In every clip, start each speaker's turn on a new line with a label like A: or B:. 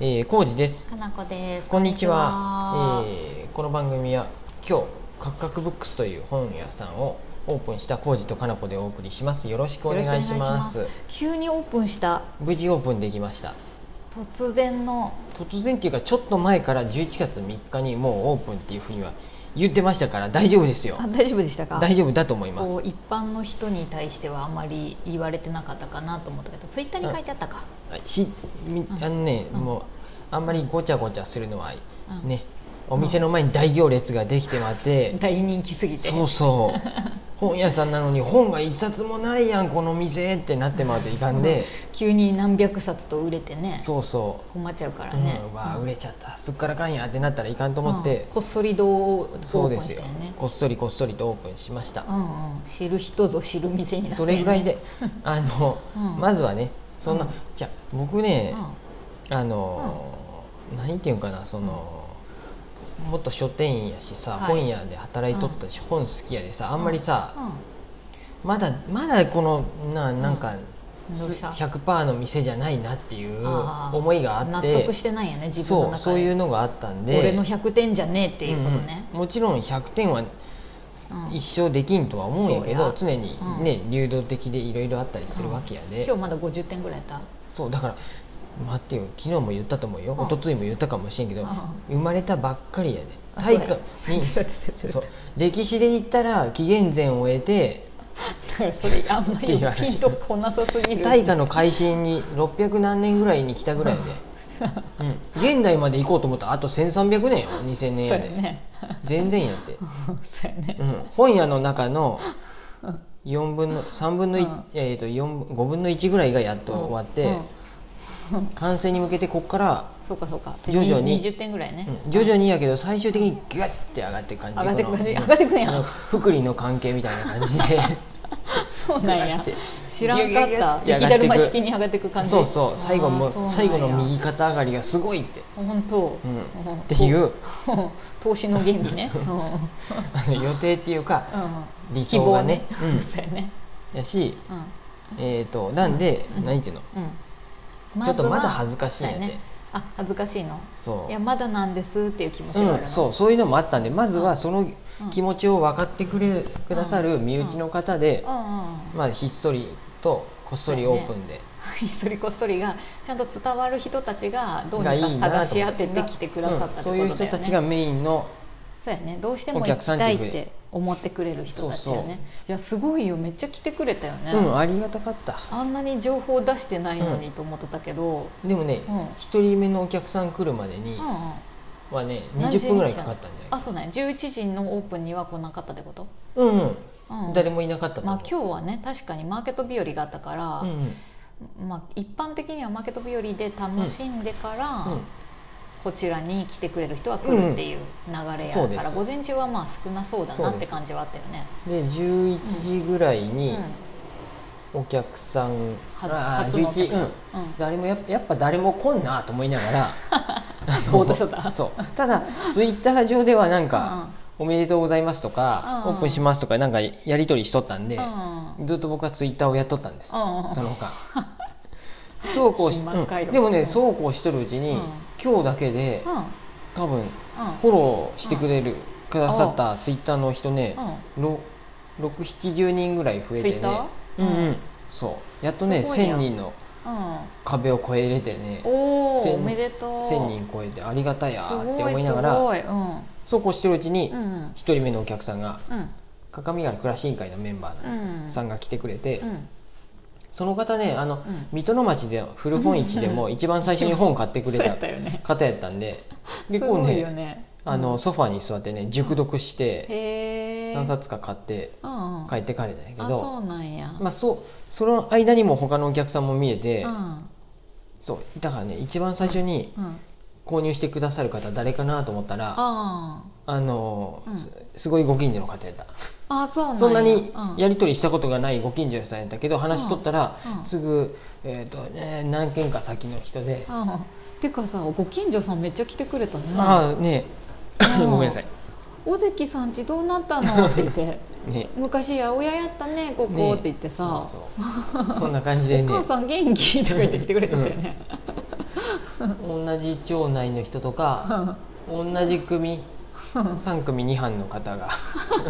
A: えー、康二です
B: かなこです。
A: こんにちは
B: こんにちは
A: えーこの番組は今日カクカクブックスという本屋さんをオープンした康二とかなこでお送りしますよろしくお願いします
B: よろしくお願いし急にオープンした
A: 無事オープンできました
B: 突然の
A: 突然っていうかちょっと前から11月3日にもうオープンっていうふうには言ってましたから大丈夫ですよ
B: あ 大丈夫でしたか。
A: 大丈夫だと思いま
B: こ
A: す
B: う一般の人に対してはあんまり言われてなかったかなと思ったけど、ツイッターに書いてあったか。
A: あしみあのね、
B: うん
A: もうあんまりごちゃごちゃするのは
B: うん
A: ね、お店の前に大行列ができてまって、
B: 大人気すぎて。
A: そうそう本屋さんなのに本が一冊もないやんこの店ってなってまうといかんで、
B: 急に何百冊と売れてね。
A: そうそ
B: 困っちゃうから
A: う、
B: ね。
A: うんうわ売れちゃったすっからかんやってなったらいかんと思って
B: うん、こっそり堂をオープンした
A: そう
B: よ
A: ですよ
B: ね。
A: こっそりこっそりとオープンしました、
B: うんうん、知る人ぞ知る店になった
A: そ
B: よね
A: れぐらいであの、
B: うん
A: まずはねそんな、
B: うん
A: じゃあ僕ね、
B: う
A: あのー、何て言うんかなその、もっと書店員やしさ、
B: はい
A: 本屋で働いとったし、本好きやでさあんまりさ、
B: んうん
A: まだまだこのななんか、
B: うん
A: す
B: どうした
A: 100%の店じゃないなっていう
B: あー
A: 思いがあ
B: 納
A: っ
B: 得
A: て
B: してないよね自
A: そう
B: 分の中で
A: そういうのがあったんで
B: 俺の100点じゃねえっていうことね、
A: うんうんもちろん100点は
B: うん
A: 一生できんとは思うんやけど、
B: そ
A: 常に
B: うん
A: ね、流動的でいろいろあったりするわけやで、
B: 今日まだ50点ぐらいやった
A: そうだから待ってよ昨日も言ったと思うよ、
B: うん
A: 一昨日も言ったかもしれんけど、
B: うん
A: 生まれたばっかりやで
B: あ
A: 大化
B: そう
A: に
B: や
A: そう歴史で言ったら紀元前を終えて
B: だから それあんま
A: ってい
B: り
A: う話
B: ピンとこなさすぎる
A: 大化の改新に600何年ぐらいに来たぐ らいで、うん、現代まで行こうと思ったらあと1300年よ2000年
B: そう
A: や
B: や
A: で、
B: ね
A: 全然やって、
B: そうやね
A: うん、本屋の中の4分の3分の1、
B: うん
A: えーと4分5分の1ぐらいがやっと終わって、
B: うんうん
A: 完成に向けてここから、
B: そうかそうか
A: 徐々に
B: 20点ぐらいね、
A: うん徐々にやけど最終的にギュッて上がっていく感じ
B: 上がってくね
A: この
B: 上がってくねや
A: あの福利の関係みたいな感じ で
B: そうなん
A: だっ
B: や
A: て
B: 知らんかった
A: ギュギュギュって上
B: い
A: が
B: き
A: って
B: だ
A: く
B: るま式に上がってく感じ
A: そうそう最後
B: あーそうなん
A: も
B: や
A: 最後の右肩上がりがすごいって。
B: 本当、
A: うん
B: うん
A: っていう
B: 投資の原理ね、うんうん
A: あの予定っていうか
B: うん
A: 理想がね
B: 希望
A: うん
B: そうやね、
A: やし、
B: うん
A: えー、となんで、なんていうの
B: うん
A: ちょっとまだ
B: ずは
A: 恥ずかしいんやて
B: そうねあ恥ずかしいの
A: そう
B: いやまだなんですっていう気持ちがあるの、
A: うん、そうそういうのもあったんでまずはその
B: うん
A: 気持ちを分かってくれくださる身内の方で
B: う、んうんうん
A: まあ、ひっそりとこっそりオープンで、
B: ひっそりこっそりがちゃんと伝わる人たちがどうに
A: がいいな
B: か
A: と思
B: 探し当ててきてくださったってことだよね、
A: うんそういう人たちがメインの
B: そうやねどうしても
A: お
B: 行
A: 客さ
B: き
A: んって
B: た
A: い
B: いうっ
A: ふうに
B: て思ってくれる人たちよ
A: そ
B: ね
A: うそう
B: いやすごいよめっちゃ来てくれたよね、
A: うんありがたかった
B: あんなに情報出してないのにと思ってたけど、
A: でもね、
B: うん
A: 一人目のお客さん来るまでに
B: うんうん
A: はね
B: 何
A: 20
B: 時に来たの
A: 分ぐらいかかったんじゃな
B: あ
A: い
B: そうね11時のオープンには来なかったってこと、
A: うん、うん
B: うん、
A: 誰もいなかったと思
B: ま
A: う
B: あ、今日はね確かにマーケット日和があったから、
A: うんうん
B: まあ、一般的にはマーケット日和で楽しんでから、
A: うん
B: こちらに来てくれる人は来るっていう流れやから、
A: そうです
B: 午前中はまあ少なそうだ
A: そ
B: な
A: う
B: っ
A: で
B: て
A: す
B: 感じはあったよね。
A: で11時ぐらいに、
B: うん
A: お客さん
B: 初
A: あー
B: 初のお客さん
A: 11
B: うん
A: 誰もやっぱやっぱ誰も来んなと思いながらあの
B: ぼーっとしとっ た
A: そうた だツイッター上ではなん
B: うんう
A: か
B: ん
A: 「おめでとうございます」とか
B: う
A: オ
B: んうん
A: ープンします」とかなんかやり取りしとったんで、
B: うん
A: ずっと僕はツイッターをやっとったんです、
B: うんうん
A: その 間そうこうし、
B: 暇かよ
A: うんでもねそうこうしとるうちに、
B: うん
A: 今日だけで
B: うん
A: 多分
B: うん
A: フォローしてくれる、くださったツイッターの人ね、ろ670人ぐらい増えてね
B: Twitter？
A: うんうん、
B: う
A: そうやっとね
B: すごいや
A: 1000
B: ん
A: 人の
B: うん
A: 壁を越えれてね
B: おお
A: 千
B: おめでとう
A: 1000人超えてありがたや
B: す
A: ーって
B: ご
A: 思
B: い
A: い
B: す
A: なが
B: ご
A: ら
B: いうん
A: そうこうしてるうちに
B: うん
A: 1人目のお客さんが
B: うん
A: 各務原暮らし委員会のメンバー
B: う
A: なんさんが来てくれて、
B: うん
A: その方ねあの、
B: ん
A: 水戸の町で古本市でも一番最初に本買ってくれ
B: そうや
A: た
B: ったよね
A: 方やったん で
B: す
A: 結構
B: ごいよ
A: ね
B: ね
A: あのソファーに座ってね熟読して
B: へえ
A: 何冊か買って
B: うんうん
A: 帰ってかれたんやけ
B: あ
A: ど、
B: そうなんや
A: まあ、そうその間にも他のお客さんも見えて、
B: うん
A: そうだからね一番最初に
B: うん
A: 購入してくださる方誰かなと思ったらあ
B: あ
A: のー、
B: うん
A: すすごいご近所の方やった
B: ーあそうなんや
A: そんなに
B: うん
A: やり取りしたことがないご近所さんやったけど話しとったら、
B: うんうん
A: すぐ、えーとね、何軒か先の人で、
B: うんてかさご近所さんめっちゃ来てくれたね
A: ああね
B: うん
A: ごめんなさい
B: 尾関さんちどうなった の?」って言って
A: ね
B: 「昔八百屋やったねここ」
A: ね
B: って言ってさ、
A: そうそうそんな感じで
B: お
A: ね
B: 母さん元気?」とか言って来てくれたんだよね、
A: う同じ町内の人とか同じ組3組2班の方が、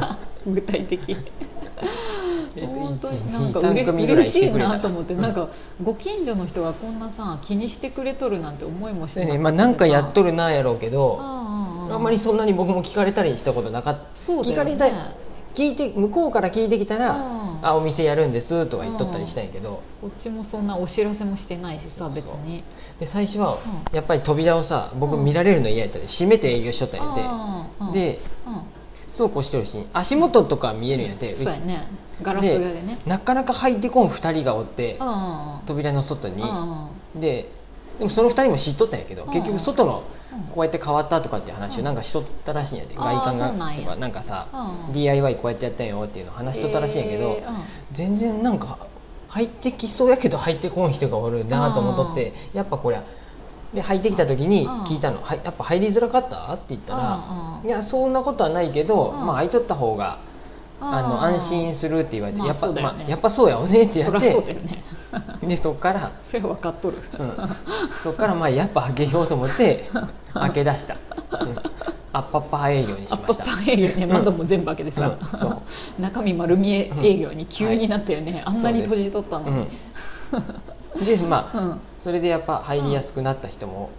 B: 具体的
A: えっと、
B: 本当になんかうれ
A: 123組ぐらいして
B: 嬉し
A: く
B: い
A: れた
B: なと思ってなんかご近所の人がこんなさ気にしてくれとるなんて思いもし
A: そ
B: な
A: う
B: か
A: や
B: った
A: ねまあ、なんかやっと
B: る
A: るなやろうけどあ
B: あ
A: んまりそんなに僕も聞かれたりしたことなかった
B: そうだよね
A: 聞かれたい聞いて向こうから聞いてきたら「
B: うん
A: あお店やるんです」とか言っとったりしたんやけど
B: こっちもそんなお知らせもしてないしさ
A: そう
B: 別
A: そう
B: に
A: で最初はやっぱり扉をさ僕見られるの嫌やったで閉めて営業しとったんや
B: ああああ
A: てで
B: うん
A: そうこうしてるし足元とか見えるんやてう
B: そう
A: ち
B: やねガラスでね
A: なかなか入ってこん2人がおって
B: うんうんうん
A: 扉の外に
B: うん
A: ででもその2人も知っとったんやけど
B: うん
A: 結局外の
B: うん
A: こうやって変わったとかって話
B: う
A: を
B: ん
A: なんかしとったらしいんやで
B: あー
A: 外観が
B: そうなんや
A: とかなんかさ
B: うんうん
A: DIY こうやってやったんよっていうの話しとったらしいんやけど
B: えーうん
A: 全然なんか入ってきそうやけど入ってこん人がおるなと思っとってやっぱこりゃで入ってきた時に
B: うん
A: 聞いたの「はいやっぱ入りづらかった?」って言ったら「
B: うんう
A: い
B: ん
A: やそんなことはないけど
B: うん
A: まあ開いとった方があの安心
B: し
A: する」って言われて「
B: まあ
A: やっぱ
B: そうだよ
A: ま
B: ね
A: あやっぱそうやおね」ってや
B: そ
A: っ
B: りゃそうだ
A: て
B: よね
A: でそっから
B: それ分かっとる
A: うんそっからまあやっぱ開けようと思って開け出した、うん、アッパッパ営業に
B: ア
A: し
B: ッ
A: ま
B: パ
A: し
B: ッ
A: た
B: パ営業ね
A: うん
B: 窓も全部開けてさ、
A: うんそう
B: 中身丸見え営業に急になったよね、あんなに
A: そうです
B: 閉じとったのに
A: うん、でまあ
B: うん、
A: それでやっぱ入りやすくなった人も、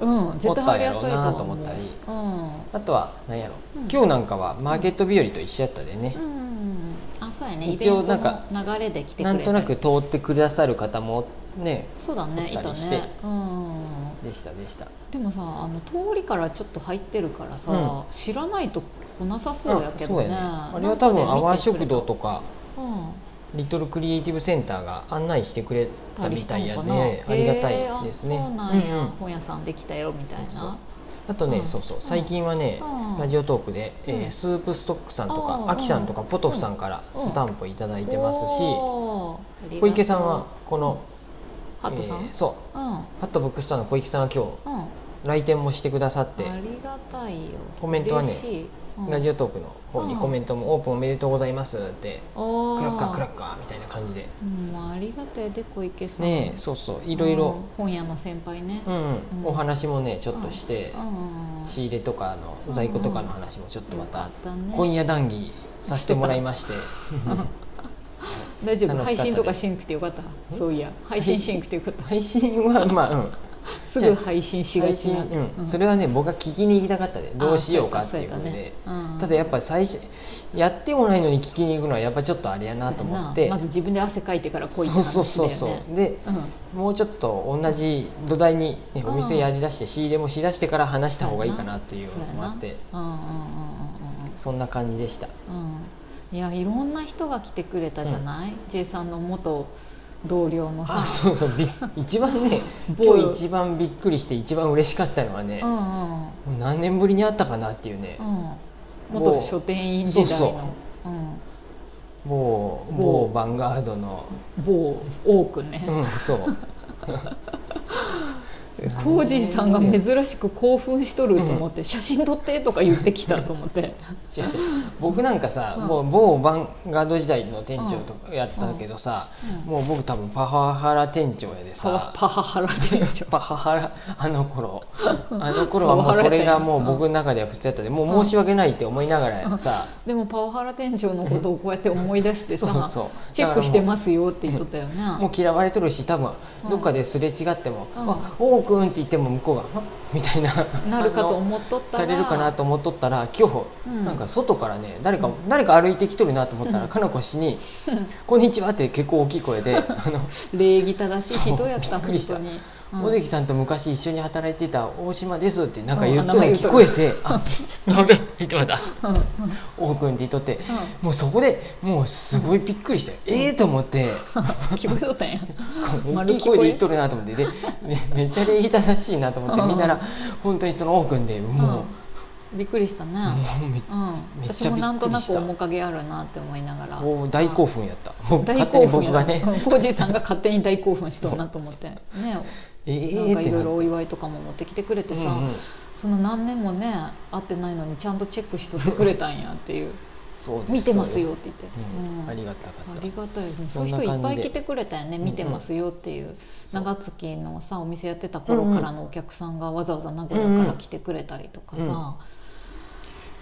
B: うん絶対入りやすいと
A: おっ
B: は
A: たんやろうなと思ったり
B: う
A: あとは何やろ、
B: うん
A: 今日なんかはマーケット日和と一緒やったでね
B: ん、、うん、あそうやね
A: 一応なんか
B: イベントの流れで来てくれ
A: な
B: たり
A: んとなく通ってくださる方もね
B: そうだねい
A: 撮ったたりして
B: ね、うん、
A: でしたでした
B: でもさあの通りからちょっと入ってるからさ、
A: う
B: 知らないと来なさそうやけどね
A: あれは多分アワー食堂とか
B: うん
A: リトルクリエイティブセンターが案内してくれたみたいやで
B: へー
A: ありがたいですね
B: あそうなんや、
A: うんうん
B: 本屋さんできたよみたいな
A: そうそうあとね、
B: うん
A: そうそう最近はね、
B: うん
A: ラジオトークで、えー
B: うん
A: スープストックさんと
B: う
A: か
B: ん
A: アキさんとかポトフさんから
B: うん
A: スタンプいただいてますし、
B: おーありがとう
A: 小池さんはこの、
B: ハットさん、
A: えーそうハットブックストアの小池さんは今
B: うんうん
A: 日来店もしてくださって、
B: ありがたいよ
A: コメントはね
B: 嬉しいうん
A: ラジオトークの方にコメントも「オープンおめでとうございます」って「
B: お
A: クラッカー
B: ー
A: クラッカー」みたいな感じで
B: もうありがたいで小池さん
A: ねえそうそういろい
B: うん
A: ろ、
B: 本屋の先輩ね
A: うん
B: うん
A: お話もねちょっとして、
B: うん
A: 仕入れとかの在庫とかの話もちょっとまた、
B: よかったね
A: 今夜談義させてもらいま して。
B: 大丈夫
A: 楽しかっ
B: 配
A: たです
B: 信とかしなくてよかったそういや配信しなくてよかった
A: 配信はまあうん
B: すぐ配信しが
A: 配
B: ち
A: 信
B: な、
A: うん、それはね僕は聞きに行きたかったでどうしようかっていう
B: あ
A: の
B: そう
A: で、
B: やそうやねうん
A: ただやっぱり最初やってもないのに聞きに行くのはやっぱちょっとあれやなと思っ
B: そう
A: て
B: やなまず自分で汗かいてから来いって
A: そう
B: 話だよね
A: そうそうそうでもうちょっと同じ土台に、ね、
B: うん
A: お店やりだして仕入れもしだしてから話した方がいいかなっていう
B: そう
A: の
B: や
A: もあって
B: なうんうんうんうんうん
A: そんな感じでした
B: うんいやいろんな人が来てくれたじゃない、J さんの元同僚のさ
A: あそうそうび一番 ね今
B: 今日
A: 日一番びっくりして一番嬉しかったのはね
B: う、んうんうん
A: もう何年ぶりに会ったかなっていうね、
B: 元書店員時代
A: そう
B: のう
A: 某
B: 某
A: 某ヴァンガードの
B: ん某多くね、
A: うんそう
B: コージーさんが珍しく興奮しとると思って「写真撮って」とか言ってきたと 思って
A: 違う違う僕なんかさ、
B: うん
A: もう某バンガード時代の店長とかやったけどさ、
B: うん
A: もう僕多分パワハラ店長やで
B: パワ
A: さ
B: パワハラ店長
A: パワハラあの 頃あの頃はもうそれがもう僕の中では普通やったでもう申し訳ないって思いながらさ、
B: でもパワハラ店長のことをこうやって思い出してさ
A: そうそう
B: チェックしてますよって言っとったよね、
A: もう嫌われとるし多分
B: うん
A: どっかですれ違っても「
B: うん
A: あ王くん」って言っても向こうが「あみたいな
B: なるかと
A: 反応
B: 思っとったら
A: されるかなと思っとったら今日、
B: うん
A: なんか外からね誰か,、誰か歩いてきとるなと思ったら、かなこ氏に「こんにちは」って結構大きい声 であの
B: 礼儀正しい人やっ
A: そう
B: た
A: びっくりした
B: 本当に、
A: 尾
B: うん
A: 関さんと昔一緒に働いてた大島ですってなんか言っと
B: うん
A: る
B: 名
A: の
B: 前言っと
A: 聞こ
B: る
A: え て「あなんで?」言ってまた
B: うんうん
A: 「王くん」って言っとって、もうそこでもうすごいびっくりした、ええと思って。
B: 聞こえとったんや
A: 大きい声で言っとるなと思ってででめっちゃ礼儀正しいなと思って
B: うん
A: みんなら本当にその王くんでも
B: うんびっくりしたね、
A: う,、もうめっ
B: うん、
A: めっ
B: 私
A: ちゃ
B: も
A: びっくりした
B: なんとなく面影あるなって思いながら
A: こう大興奮やったもう
B: 大
A: 勝手
B: 興
A: に僕
B: 奮や
A: がね
B: うん コージーさんが勝手に大興奮しとんなと思ってね
A: え
B: なん
A: え
B: か
A: っ
B: い
A: て
B: ろ
A: ない
B: ろ
A: っ
B: お祝いとかも持ってきてくれて
A: て
B: さ、
A: うんうん
B: その何年もね会ってないのにちゃんとチェックしとってくれたんやっていう
A: そうです
B: 見てますよって言って、
A: うん
B: うん
A: ありがたかった
B: ありがたいですねそ
A: そ
B: うんいう
A: な
B: 人いっぱ
A: 感じ
B: い
A: で
B: 来てくれたよね
A: ん
B: 見てますよっていう
A: そう
B: 長月のさお店やってた頃からのお客さんがわざわざ名古屋から来てくれたりとかさ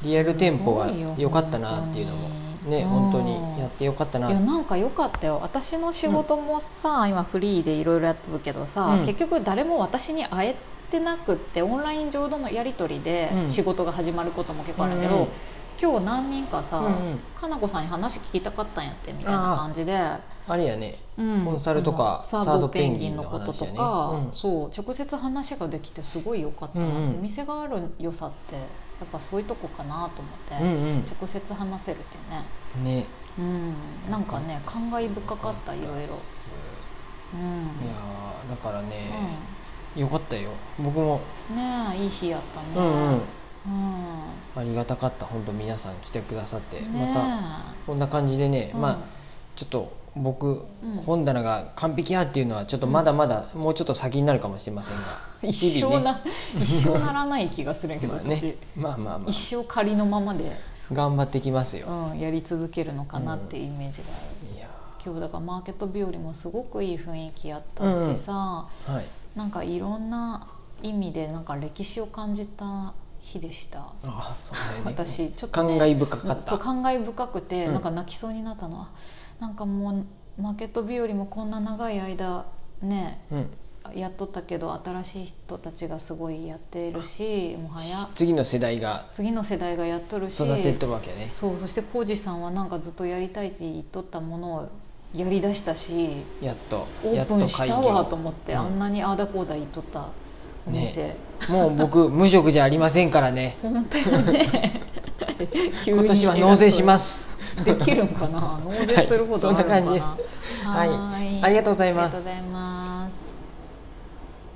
A: リアル店舗が
B: すごいよ
A: 良かったなっていうのもね
B: 本
A: 本
B: 当
A: 当
B: に
A: にやって良かったない
B: やなんか良かったよ私の仕事もさ今フリーでいろいろやってるけどさ
A: うん
B: 結局誰も私に会えてなくってオンライン上のやり取りで
A: うん
B: 仕事が始まることも結構あるんだけ
A: うんう
B: ど
A: ん
B: 今日何人か
A: う
B: さ
A: んうん
B: かなこさんに話聞きたかったんやってみたいな感じで。
A: あれやね
B: うん
A: コンサルとか
B: その
A: サードペンギンの話
B: サ
A: や
B: ードペンギ
A: ね
B: ンのこ
A: うん
B: ととか、そう直接話ができてすごい良かったなって、
A: うんうん
B: お店がある良さってやっぱそういうとこかなと
A: う
B: 思って、
A: ん
B: 直接話せるってね、
A: うんね
B: うん、なんかね感慨深かったいろいろ、
A: よかたっす
B: うん
A: いやーだからね良かったよ僕も
B: うん、ねえいい日やったね、
A: うんうん
B: うん
A: ありがたかった本当皆さん来てくださって
B: ね
A: またこんな感じでね
B: うん
A: まあちょっと僕
B: うん
A: 本棚が完璧やっていうのはちょっとまだまだもうちょっと先になるかもしれませんが
B: 一
A: 日々
B: 生
A: ね
B: な、一生ならない気がするんやけ ど、
A: まあね
B: 私
A: まあまあま
B: 一生仮のままで、
A: あ頑張ってきますよ
B: うん、やり続けるのかなっていうイメージがある、
A: いや
B: 今日だからマーケット日和もすごくいい雰囲気やった
A: うんうん
B: しさ、
A: ーはい
B: なんかいろんな意味でなんか歴史を感じた日でした、
A: あそうだよね
B: 私ちょっと、
A: 感
B: ね、
A: 慨深かっ
B: そう
A: た
B: 感慨深くて、
A: うん
B: なんか泣きそうになったのはなんかもうマーケット日和もこんな長い間ね
A: うん
B: やっとったけど新しい人たちがすごいやっているしもはや
A: 次の世代が
B: 次の世代がやっとるし
A: 育ててるわけね
B: そうそして浩二さんはなんかずっとやりたいって言っとったものをやりだしたし
A: やっと
B: オ
A: や
B: ー
A: っ
B: プ
A: と
B: ンしたわと思って、
A: うん
B: あんなにあーだこーだ言っとったお店、
A: もう僕無職じゃありませんからね
B: 本当やね 急に
A: 今年は納税し ます
B: できるんかな納税するほどあるん
A: は
B: かな、
A: いそんな感じですはい
B: はーい
A: ありがとうございます
B: ありがとうございます